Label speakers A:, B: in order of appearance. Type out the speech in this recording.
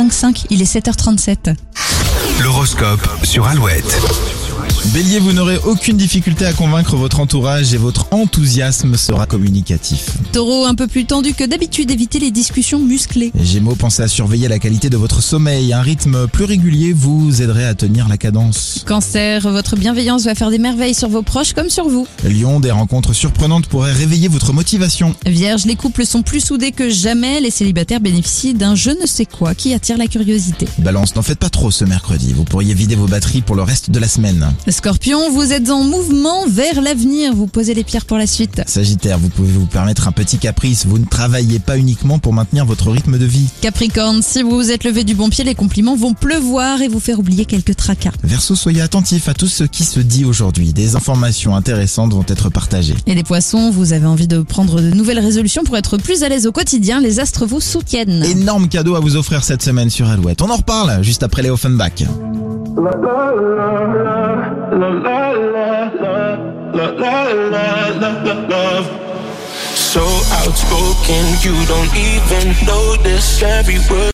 A: 5,5. Il est 7h37.
B: L'horoscope sur Alouette.
C: Bélier, vous n'aurez aucune difficulté à convaincre votre entourage et votre enthousiasme sera communicatif.
A: Taureau un peu plus tendu que d'habitude, évitez les discussions musclées.
C: Gémeaux, pensez à surveiller la qualité de votre sommeil. Un rythme plus régulier vous aiderait à tenir la cadence.
A: Cancer, votre bienveillance va faire des merveilles sur vos proches comme sur vous.
C: Lion, des rencontres surprenantes pourraient réveiller votre motivation.
A: Vierge, les couples sont plus soudés que jamais. Les célibataires bénéficient d'un je ne sais quoi qui attire la curiosité.
C: Balance, n'en faites pas trop ce mercredi. Vous pourriez vider vos batteries pour le reste de la semaine.
A: Scorpion, vous êtes en mouvement vers l'avenir. Vous posez les pierres pour la suite.
C: Sagittaire, vous pouvez vous permettre un petit caprice. Vous ne travaillez pas uniquement pour maintenir votre rythme de vie.
A: Capricorne, si vous vous êtes levé du bon pied, les compliments vont pleuvoir et vous faire oublier quelques tracas.
C: Verseau, soyez attentif à tout ce qui se dit aujourd'hui. Des informations intéressantes vont être partagées.
A: Et les poissons, vous avez envie de prendre de nouvelles résolutions pour être plus à l'aise au quotidien. Les astres vous soutiennent.
C: Énorme cadeau à vous offrir cette semaine sur Alouette. On en reparle juste après les Offenbach.
D: La la la la la la la la la la la la love. So outspoken, you don't even notice every word.